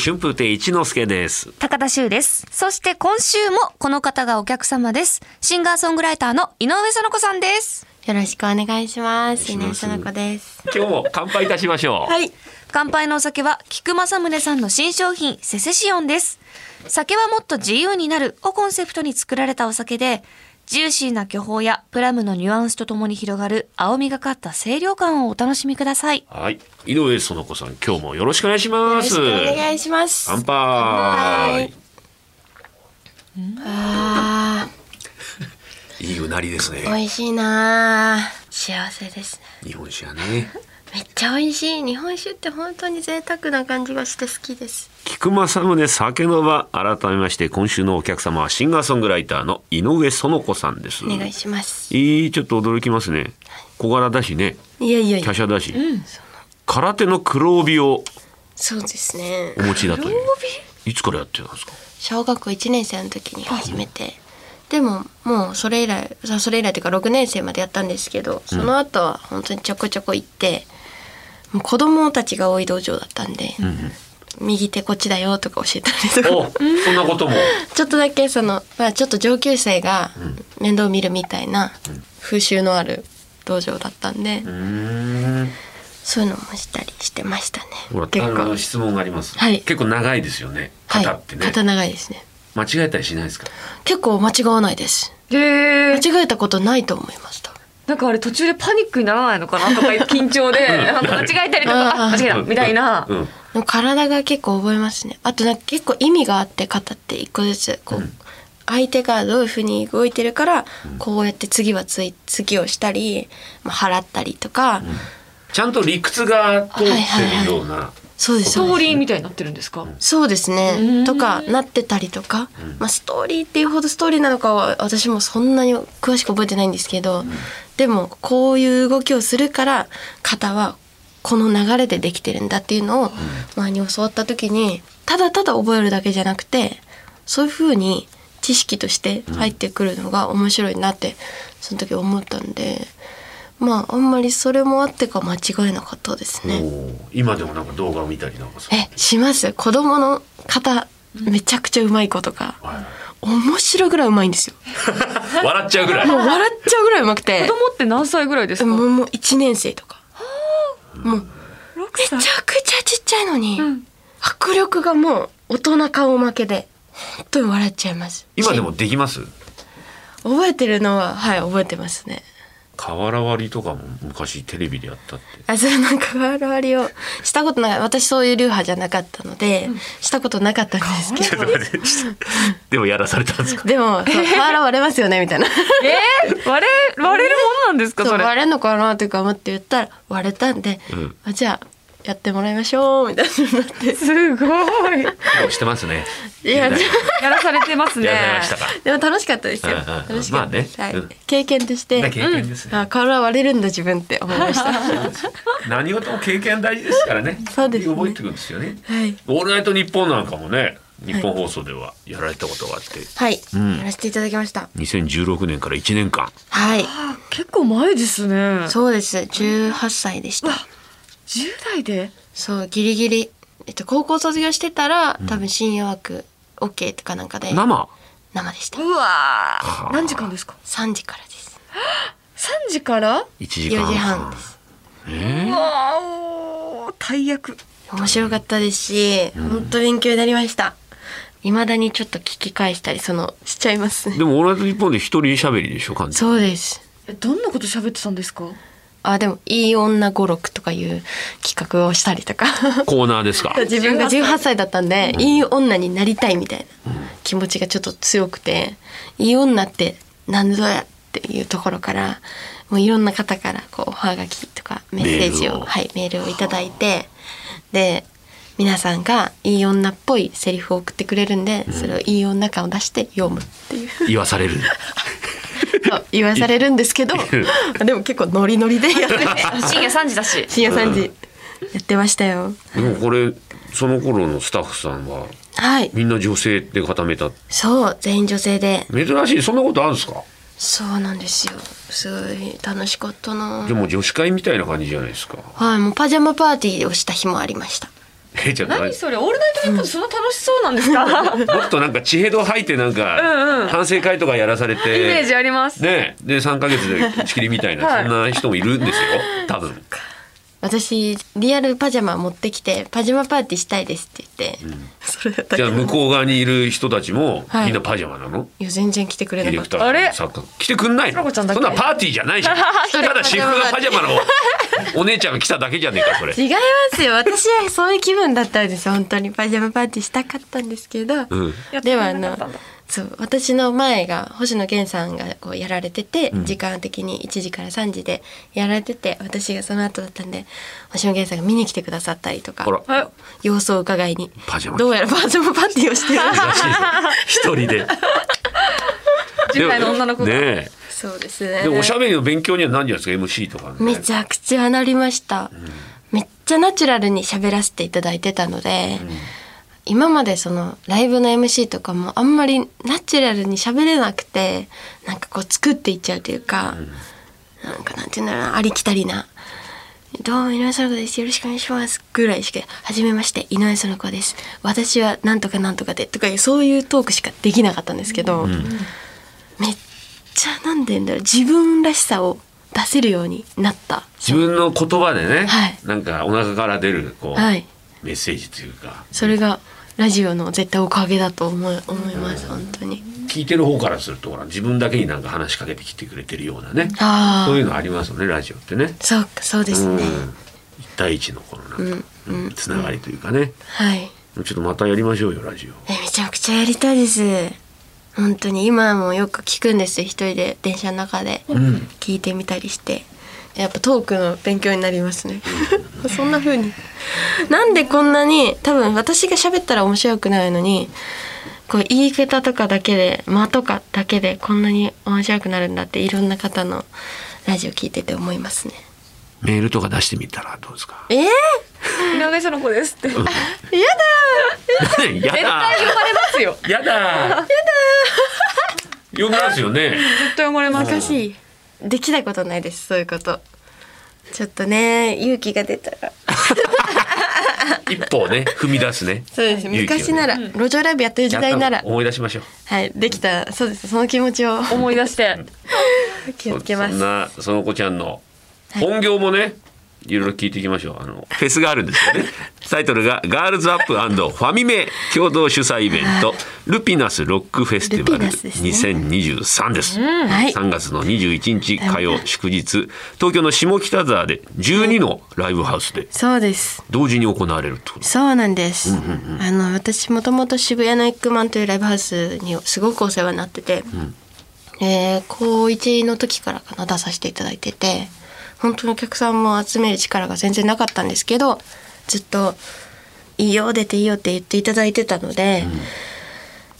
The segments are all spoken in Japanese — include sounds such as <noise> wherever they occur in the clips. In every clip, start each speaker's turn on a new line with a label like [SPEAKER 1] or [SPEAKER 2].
[SPEAKER 1] 春風亭一之輔です。
[SPEAKER 2] 高田修です。そして今週もこの方がお客様です。シンガーソングライターの井上園子さんです。
[SPEAKER 3] よろしくお願いします。
[SPEAKER 1] お
[SPEAKER 3] 井
[SPEAKER 1] 願いし
[SPEAKER 3] 上
[SPEAKER 1] ます
[SPEAKER 3] 園子です。
[SPEAKER 1] 今日も乾杯いたしましょう。
[SPEAKER 3] はい。
[SPEAKER 2] 乾杯のお酒は菊正宗さんの新商品セセシオンです。酒はもっと自由になるをコンセプトに作られたお酒で、ジューシーな巨峰やプラムのニュアンスとともに広がる青みがかった清涼感をお楽しみください。
[SPEAKER 1] はい。井上園子さん、今日もよろしくお願いし
[SPEAKER 3] よ
[SPEAKER 1] ま
[SPEAKER 3] ろし
[SPEAKER 1] す。
[SPEAKER 3] くお願いします。
[SPEAKER 1] 乾
[SPEAKER 3] は
[SPEAKER 1] 杯
[SPEAKER 3] い。あ
[SPEAKER 1] いいうなりですね
[SPEAKER 3] ー、。美味しいなー。幸せですね。
[SPEAKER 1] 日本酒はね。
[SPEAKER 3] めっちゃ美味しい。日本酒って本当に贅沢な感じがして好きです。
[SPEAKER 1] 菊正宗酒の場、改めまして、今週のお客様はシンガーソングライターの井上園子さんです。
[SPEAKER 3] お願いします。
[SPEAKER 1] いい、ちょっと驚きますね。小柄だしね、
[SPEAKER 3] いやいやい
[SPEAKER 1] 華
[SPEAKER 3] や。
[SPEAKER 1] 奢だし。空手の黒帯を
[SPEAKER 3] そうですね
[SPEAKER 1] お。持ちだという。いつからやってたんですか。
[SPEAKER 3] 小学校1年生の時に始めて。でももうそれ以来さそれ以来というか6年生までやったんですけどその後は本当にちょこちょこ行って、もう子供たちが多い道場だったんで、右手こっちだよとか教えたりと
[SPEAKER 1] お
[SPEAKER 3] か、
[SPEAKER 1] そんなことも。
[SPEAKER 3] <laughs> ちょっとだけその、まあ、ちょっと上級生が面倒見るみたいな風習のある道場だったんで、
[SPEAKER 1] うーん。
[SPEAKER 3] そういうのもしたりしてましたね
[SPEAKER 1] ほら、
[SPEAKER 3] 結
[SPEAKER 1] あの
[SPEAKER 3] 構
[SPEAKER 1] 質問があります。
[SPEAKER 3] はい
[SPEAKER 1] 結構長いですよね。肩ってね。
[SPEAKER 3] はい、肩長いですね
[SPEAKER 1] 間違えたりしないですか。
[SPEAKER 3] 結構間違わないです
[SPEAKER 4] へえ。
[SPEAKER 3] 間違えたことないと思います多分
[SPEAKER 4] なんかあれ途中でパニックにならないのかなとか緊張で、なんか間違えたりとか、あ、間違えたみたいな
[SPEAKER 1] う。ん。
[SPEAKER 3] でも体が結構覚えますねあとなんか結構意味があって肩って一個ずつこう、相手がどういうふうに動いてるからこうやって次はつい次をしたり、まあ、払ったりとか、
[SPEAKER 1] ちゃんと理屈が通ってるような。
[SPEAKER 3] そうです
[SPEAKER 4] ス
[SPEAKER 3] そ
[SPEAKER 4] ト
[SPEAKER 3] う
[SPEAKER 4] ー
[SPEAKER 3] です
[SPEAKER 4] リーみたいになってるんですか。
[SPEAKER 3] そうです
[SPEAKER 4] うん
[SPEAKER 3] ねとかなってたりとか、まあ、ストーリーっていうほどストーリーなのかは私もそんなに詳しく覚えてないんですけど、でもこういう動きをするから肩はこの流れでできてるんだっていうのを前に教わった時にただただ覚えるだけじゃなくてそういうふうに知識として入ってくるのが面白いなってその時思ったんでまああんまりそれもあってか間違えなかったですね。
[SPEAKER 1] おー今でもなんか動画を見たりなんかさ。
[SPEAKER 3] えします子供の方めちゃくちゃうまい子とか、面白いぐらいうまいんですよ
[SPEAKER 1] 笑っちゃうぐらい。
[SPEAKER 3] もう笑っちゃうぐらいうまくて
[SPEAKER 4] 子供って何歳ぐらいですか。
[SPEAKER 3] もうもう1年生とかもうめ
[SPEAKER 4] 六
[SPEAKER 3] ちゃくちゃちっちゃいのに、
[SPEAKER 4] うん
[SPEAKER 3] 迫力がもう大人顔負けで本当に笑っちゃいます
[SPEAKER 1] 今でもできます。
[SPEAKER 3] 覚えてるのははい覚えてますね
[SPEAKER 1] 瓦割りとかも昔テレビでやったって。
[SPEAKER 3] あそれなんか割わりをしたことない私そういう流派じゃなかったので、したことなかったんですけど
[SPEAKER 1] でもやらされたんです
[SPEAKER 3] <laughs>
[SPEAKER 1] か。
[SPEAKER 3] でも瓦割れますよねみたいな
[SPEAKER 4] えー、割れ、割れるものなんですか、
[SPEAKER 3] そ
[SPEAKER 4] そうれ。
[SPEAKER 3] 割れんのかなとか思って言ったら割れたんで、
[SPEAKER 1] うん
[SPEAKER 3] あじゃあやってもらいましょうみたいになって
[SPEAKER 4] すごい。
[SPEAKER 1] してますね。
[SPEAKER 3] いやでも
[SPEAKER 4] やらされてますね。
[SPEAKER 1] やらされましたか。
[SPEAKER 3] <laughs> でも楽しかったですよ
[SPEAKER 1] うんうんうん
[SPEAKER 3] 楽しかったです、
[SPEAKER 1] まあね
[SPEAKER 3] はい
[SPEAKER 1] うん
[SPEAKER 3] 経験として
[SPEAKER 1] だ経験ですね
[SPEAKER 3] うんあ瓦割れるんだ自分って思いました
[SPEAKER 1] <laughs> 何事も経験大事ですからね。
[SPEAKER 3] そうですね
[SPEAKER 1] 覚えていくんですよね。
[SPEAKER 3] はい、
[SPEAKER 1] オールナイト日本なんかもね、日本放送ではやられたことがあって、
[SPEAKER 3] はい
[SPEAKER 1] うん
[SPEAKER 3] やらせていただきました
[SPEAKER 1] 2016年から1年間。
[SPEAKER 3] はい
[SPEAKER 4] あ結構前ですね。
[SPEAKER 3] そうです18歳でした
[SPEAKER 4] 十代で。
[SPEAKER 3] そうギリギリ、えっと、高校卒業してたら多分深夜枠 OK とかなんかで
[SPEAKER 1] 生。
[SPEAKER 3] 生でした
[SPEAKER 4] うわー何時間ですか。
[SPEAKER 3] 3時からです
[SPEAKER 4] 三時から。
[SPEAKER 1] 1
[SPEAKER 3] 4
[SPEAKER 1] 時
[SPEAKER 3] 時
[SPEAKER 1] 間
[SPEAKER 3] 半です
[SPEAKER 1] え
[SPEAKER 4] うわーおー、大役。
[SPEAKER 3] 面白かったですし、本当勉強になりました。未だにちょっと聞き返したり、その、しちゃいます
[SPEAKER 1] え
[SPEAKER 3] ね。
[SPEAKER 1] でもオールナイト日本で一人喋りでしょ完全に
[SPEAKER 3] そうです。
[SPEAKER 4] えどんなこと喋ってたんですか。
[SPEAKER 3] あ、でも、いい女語録とかいう企画をしたりとか。
[SPEAKER 1] コーナーですか。
[SPEAKER 3] <laughs> 自分が18歳だったんで、いい女になりたいみたいな気持ちがちょっと強くて、いい女って何ぞやっていうところから、もういろんな方からこう、おはがきとかメッセージ
[SPEAKER 1] メー
[SPEAKER 3] を、
[SPEAKER 1] ルを
[SPEAKER 3] はい、メールをいただいて、で、皆さんがいい女っぽいセリフを送ってくれるんで、それをいい女感を出して読むっていう、
[SPEAKER 1] 言わされる。
[SPEAKER 3] そう言わされるんですけど、でも結構ノリノリで <laughs> やってました
[SPEAKER 4] 深夜三時だし。
[SPEAKER 3] 深夜3時、やってましたよ。
[SPEAKER 1] でもこれその頃のスタッフさんは
[SPEAKER 3] はい。
[SPEAKER 1] みんな女性で固めた。
[SPEAKER 3] そう、全員女性で。
[SPEAKER 1] 珍しいそんなことあるんですか。
[SPEAKER 3] そうなんですよ。すごい楽しかったな
[SPEAKER 1] じゃ。あもう女子会みたいな感じじゃないですか。
[SPEAKER 3] はい、もうパジャマパーティーをした日もありました。
[SPEAKER 1] えちょっと
[SPEAKER 4] 何それオールナイトニッポンってそんな楽しそうなんですかイ
[SPEAKER 1] もっとなんか地平道入ってなんか反省会とかやらされて
[SPEAKER 4] メージあります
[SPEAKER 1] ねで3ヶ月で打ち切りみたいな、
[SPEAKER 4] はい
[SPEAKER 1] そんな人もいるんですよ多分
[SPEAKER 4] <laughs>
[SPEAKER 3] 私リアルパジャマ持ってきてパジャマパーティーしたいですって言って、それだけ
[SPEAKER 1] じゃあ向こう側にいる人たちも
[SPEAKER 3] はい
[SPEAKER 1] みんなパジャマなの、
[SPEAKER 3] いや全然来てくれ
[SPEAKER 1] ディ
[SPEAKER 3] な
[SPEAKER 1] レ
[SPEAKER 3] かっ
[SPEAKER 1] ク
[SPEAKER 3] た
[SPEAKER 1] ター
[SPEAKER 4] あれ
[SPEAKER 1] 作家来てくんないの
[SPEAKER 4] さこちゃんだ
[SPEAKER 1] そ
[SPEAKER 4] け
[SPEAKER 1] んなパーティーじゃないじ
[SPEAKER 4] <laughs>
[SPEAKER 1] ゃんただ私服がパジャマのお姉ちゃんが来ただけじゃねえかそれ
[SPEAKER 3] 違いますよ私はそういう気分だったんです本当にパジャマパーティーしたかったんですけ
[SPEAKER 4] <laughs>
[SPEAKER 3] ど、
[SPEAKER 1] うん
[SPEAKER 3] ではあ
[SPEAKER 4] やってなか
[SPEAKER 3] の
[SPEAKER 4] ったんだ
[SPEAKER 3] そう私の前が星野源さんがこうやられてて、時間的に1時から3時でやられてて私がその後だったんで星野源さんが見に来てくださったりとか
[SPEAKER 1] あら
[SPEAKER 4] え
[SPEAKER 3] 様子を伺いに
[SPEAKER 1] パジャマ
[SPEAKER 3] どうやらパジャマパーティーをしてる
[SPEAKER 1] 一人で
[SPEAKER 4] 10代の女の子が
[SPEAKER 1] ね
[SPEAKER 3] <laughs> そうです
[SPEAKER 1] え
[SPEAKER 3] ね
[SPEAKER 1] でもおしゃべりの勉強にはなんじゃないですか MC とかね
[SPEAKER 3] めちゃくちゃなりました、めっちゃナチュラルに喋らせていただいてたので、今までそのライブの MC とかもあんまりナチュラルに喋れなくてなんかこう作っていっちゃうというか、なんかなんていうんだろうなありきたりな「どうも井上園子ですよろしくお願いします」ぐらいしか「はじめまして井上園子です私はなんとかなんとかで」とかいうそういうトークしかできなかったんですけど、めっちゃなんていうんだろう自分らしさを出せるようになった
[SPEAKER 1] 自分の言葉でね、
[SPEAKER 3] はい
[SPEAKER 1] なんかお腹から出るこう、
[SPEAKER 3] はい
[SPEAKER 1] メッセージというか
[SPEAKER 3] それがラジオの絶対おかげだと思い思います本当に
[SPEAKER 1] 聞いてる方からするとほら自分だけになんか話しかけてきてくれてるようなね
[SPEAKER 3] あ
[SPEAKER 1] そういう
[SPEAKER 3] あ
[SPEAKER 1] のありますよねラジオってね。
[SPEAKER 3] そうかそうですね、
[SPEAKER 1] うん一対一のこのなんか、
[SPEAKER 3] うんうん
[SPEAKER 1] うんつながりというかね、
[SPEAKER 3] はい
[SPEAKER 1] ちょっとまたやりましょうよラジ
[SPEAKER 3] えめちゃくちゃやりたいです本当に今もよく聞くんです一人で電車の中で
[SPEAKER 1] オ。うん、
[SPEAKER 3] 聞いてみたりしてやっぱトークの勉強になりますね <laughs> そんな風になんでこんなに多分私が喋ったら面白くないのにこう言い方とかだけで間とかだけでこんなに面白くなるんだっていろんな方のラジオ聞いてて思いますね
[SPEAKER 1] メールとか出してみたらどうですか。 <laughs>
[SPEAKER 3] えー、
[SPEAKER 4] 井上園子ですって絶
[SPEAKER 1] やだ
[SPEAKER 4] 対呼ばれます <laughs> よ
[SPEAKER 1] やだやだ呼びますよね。
[SPEAKER 4] 絶対呼ばれます
[SPEAKER 3] 難しいできないことないですそういうことちょっとね勇気が出たら
[SPEAKER 1] 一歩をね踏み出すね。
[SPEAKER 3] そうです
[SPEAKER 1] 勇気をね
[SPEAKER 3] 昔なら路上ライブやってる時代な
[SPEAKER 1] やっ
[SPEAKER 3] ら
[SPEAKER 1] た思い出しましょう。
[SPEAKER 3] はいできたそうですその気持ちを
[SPEAKER 4] 思い出して
[SPEAKER 3] 気をつけます
[SPEAKER 1] そんなその子ちゃんの本業もね、いろいろ聞いていきましょうあのフェスがあるんです
[SPEAKER 3] <laughs>
[SPEAKER 1] よねタイトルが「ガールズアップファミメ共同主催イベントルピナスロックフェスティバル
[SPEAKER 3] ルピナスですね
[SPEAKER 1] 2023」です
[SPEAKER 3] はい
[SPEAKER 1] 3月の21日火曜祝日東京の下北沢で12のライブハウスで
[SPEAKER 3] そうです。
[SPEAKER 1] 同時に行われるってこと
[SPEAKER 3] そうなんです。あの私もともと渋谷のエッグマンというライブハウスにすごくお世話になってて、えー高1の時からかな出させていただいてて、本当にお客さんも集める力が全然なかったんですけど、ずっといいよ出ていいよって言っていただいてたので、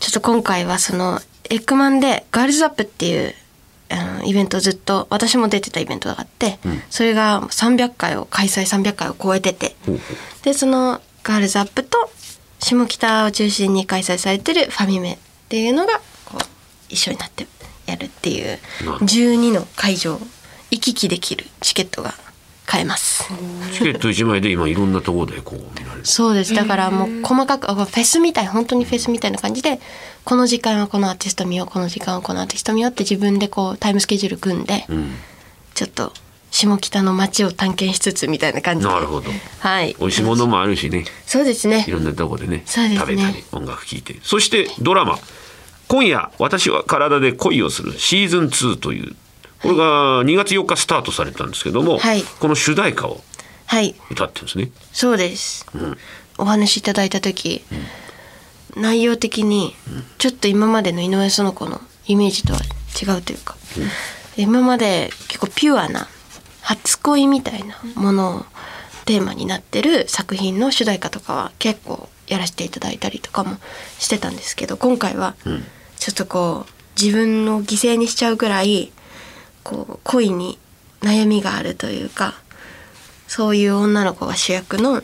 [SPEAKER 3] ちょっと今回はそのエッグマンでガールズアップっていうあのイベントをずっと私も出てたイベントがあって、それが300回を開催300回を超えてて、
[SPEAKER 1] ほうほ
[SPEAKER 3] でそのガールズアップと下北を中心に開催されてるファミメっていうのがこう一緒になってやるっていう
[SPEAKER 1] なるほど
[SPEAKER 3] 12の会場を行き来できるチケットが買えます。
[SPEAKER 1] チケット1枚で今いろんなところでこう見られる
[SPEAKER 3] そうですだからもう細かくあフェスみたい本当にフェスみたいな感じでこの時間はこのアーティスト見ようこの時間はこのアーティスト見ようって自分でこうタイムスケジュール組んで、
[SPEAKER 1] ん
[SPEAKER 3] ちょっと下北の街を探検しつつみたいな感じで
[SPEAKER 1] なるほど
[SPEAKER 3] はい
[SPEAKER 1] 美味しいものもあるしね
[SPEAKER 3] そうです
[SPEAKER 1] い
[SPEAKER 3] ね
[SPEAKER 1] ろんなとこでね
[SPEAKER 3] そうですね
[SPEAKER 1] 食べたり音楽聴いてそしてドラマ「今夜私は体で恋をする」シーズン2というこれが2月4日スタートされたんですけども、
[SPEAKER 3] はい
[SPEAKER 1] この主題歌を
[SPEAKER 3] はい
[SPEAKER 1] 歌ってるんですね。
[SPEAKER 3] そうです、お話いただいた時、内容的にちょっと今までの井上園子のイメージとは違うというか、今まで結構ピュアな初恋みたいなものをテーマになってる作品の主題歌とかは結構やらせていただいたりとかもしてたんですけど今回はちょっとこう自分を犠牲にしちゃうぐらいこう恋に悩みがあるというかそういう女の子が主役の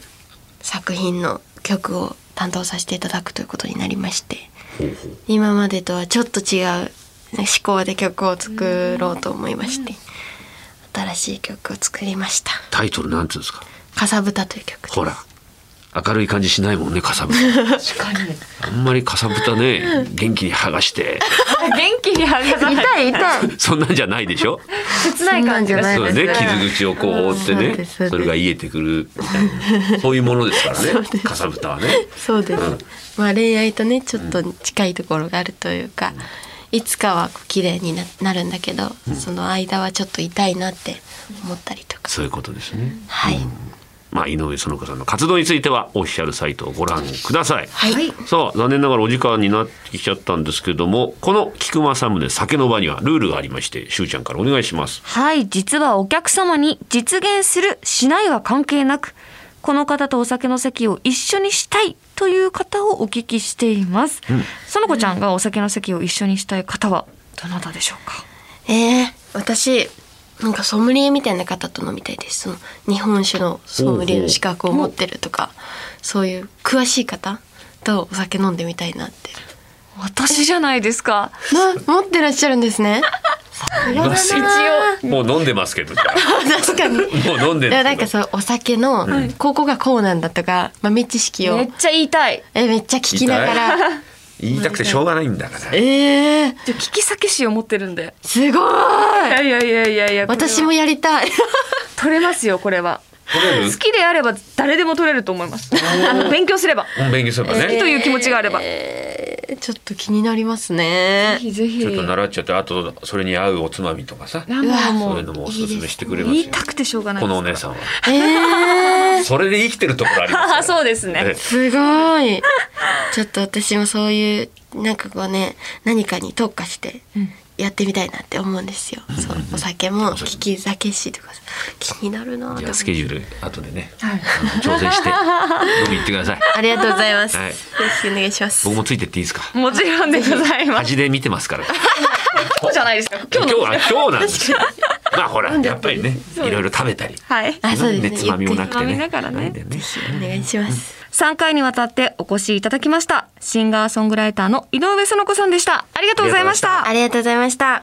[SPEAKER 3] 作品の曲を担当させていただくということになりまして
[SPEAKER 1] ほうほう
[SPEAKER 3] 今までとはちょっと違う思考で曲を作ろうと思いまして新しい曲を作りました
[SPEAKER 1] タイトルなんていうんですか
[SPEAKER 3] 「かさぶた」という曲です
[SPEAKER 1] ほら明るい感じしないもんねか
[SPEAKER 3] <laughs>
[SPEAKER 1] さぶたあんまりかさぶたね元気に剥が
[SPEAKER 3] <laughs>
[SPEAKER 1] して
[SPEAKER 4] 元気に剥がさない。
[SPEAKER 3] 痛い痛い
[SPEAKER 1] そんなんじゃないでしょ
[SPEAKER 4] 切ない感じが
[SPEAKER 3] そ
[SPEAKER 1] そうう
[SPEAKER 3] で
[SPEAKER 1] だ
[SPEAKER 3] すね
[SPEAKER 1] ね傷口をこう覆って
[SPEAKER 3] そう
[SPEAKER 1] ね
[SPEAKER 3] ですそうです
[SPEAKER 1] それが癒えてくるみたいなそういうものです
[SPEAKER 3] <laughs>
[SPEAKER 1] からねかさぶたはね
[SPEAKER 3] そうです、
[SPEAKER 1] うん
[SPEAKER 3] まあ恋愛とねちょっと近いところがあるというか、いつかはこう綺麗にななるんだけど、その間はちょっと痛いなって思ったりとか、
[SPEAKER 1] そういうことですね
[SPEAKER 3] はい、
[SPEAKER 1] まあ井上園子さんの活動についてはオフィシャルサイトをご覧ください
[SPEAKER 3] はい
[SPEAKER 1] さあ残念ながらお時間になってきちゃったんですけどもこの菊正宗酒の場にはルールがありましてしゅうちゃんからお願いします
[SPEAKER 2] はい、実はお客様に実現する、しないは関係なく、この方とお酒の席を一緒にしたいという方をお聞きしています。園子ちゃんがお酒の席を一緒にしたい方は、どなたでしょうか
[SPEAKER 3] えー、私なんかソムリエみたいな方と飲みたいですその日本酒のソムリエの資格を持ってるとかそういう詳しい方とお酒飲んでみたいなって
[SPEAKER 2] 私じゃないですか。
[SPEAKER 3] な持ってらっしゃるんですね <laughs>
[SPEAKER 1] 一応もう飲んでますけどじゃ
[SPEAKER 3] 確かに
[SPEAKER 1] あもう飲んでる
[SPEAKER 3] でもなんかそうお酒のここがこうなんだとか豆知識を
[SPEAKER 4] めっちゃ言いたい。
[SPEAKER 3] えめっちゃ聞きながら
[SPEAKER 1] 言いたくてしょうがないんだから
[SPEAKER 3] えー、
[SPEAKER 2] じゃあ、聞き酒師を持ってるんで。
[SPEAKER 3] すご
[SPEAKER 4] い
[SPEAKER 3] ーい
[SPEAKER 4] やいやいやいやいや。これは
[SPEAKER 3] 私もやりたい <laughs>
[SPEAKER 4] 取れますよこれは。
[SPEAKER 1] 取れる
[SPEAKER 4] 好きであれば誰でも取れると思います。あの勉強すれば。
[SPEAKER 1] うん勉強すれば
[SPEAKER 4] 好きと
[SPEAKER 1] ね
[SPEAKER 4] いう気持ちがあれば。
[SPEAKER 3] えーちょっと気になりますね
[SPEAKER 4] ひぜひ
[SPEAKER 1] ちょっと習っちゃってあとそれに合うおつまみとかさ
[SPEAKER 4] ラーメンは
[SPEAKER 1] そ
[SPEAKER 4] も
[SPEAKER 1] ういう
[SPEAKER 4] う
[SPEAKER 1] のもおすすめしてくれます
[SPEAKER 4] 言
[SPEAKER 1] よ
[SPEAKER 4] いたくてしょうがない
[SPEAKER 1] こ
[SPEAKER 4] です
[SPEAKER 1] のお姉さんは
[SPEAKER 3] えー、
[SPEAKER 1] それで生きてるところありますから
[SPEAKER 4] <laughs> そうですね
[SPEAKER 1] ええ
[SPEAKER 3] すごいちょっと私もそういうなんかこうね何かに特化してやってみたいなって思うんですよ、そうお酒も
[SPEAKER 1] 酒
[SPEAKER 3] 聞き酒しとかさ気になるな
[SPEAKER 1] じ
[SPEAKER 3] ぁ
[SPEAKER 1] ゃあス
[SPEAKER 3] と
[SPEAKER 1] ケ
[SPEAKER 3] 思
[SPEAKER 1] ジュール後でね、あの調整して飲み行ってください。
[SPEAKER 3] ありがとうございます、
[SPEAKER 1] はい
[SPEAKER 3] よろしくお願いします
[SPEAKER 1] 僕もついてっていいですか。
[SPEAKER 4] もちろんでございます。
[SPEAKER 1] 端で見てますから。
[SPEAKER 4] 今日じゃないですか。
[SPEAKER 1] 今
[SPEAKER 4] 今日
[SPEAKER 1] 日
[SPEAKER 4] の
[SPEAKER 1] は今日なんですよ。まあほらやっぱりねいろいろ食べたり、
[SPEAKER 4] はい。
[SPEAKER 3] あそうですね
[SPEAKER 1] つまみもなくて
[SPEAKER 4] ゆっくりつ
[SPEAKER 1] ね。
[SPEAKER 4] まみながらね
[SPEAKER 1] なんでね
[SPEAKER 3] お願いします
[SPEAKER 2] 3回にわたってお越しいただきました。シンガーソングライターの井上園子さんでした。ありがとうございました。
[SPEAKER 3] ありがとうございました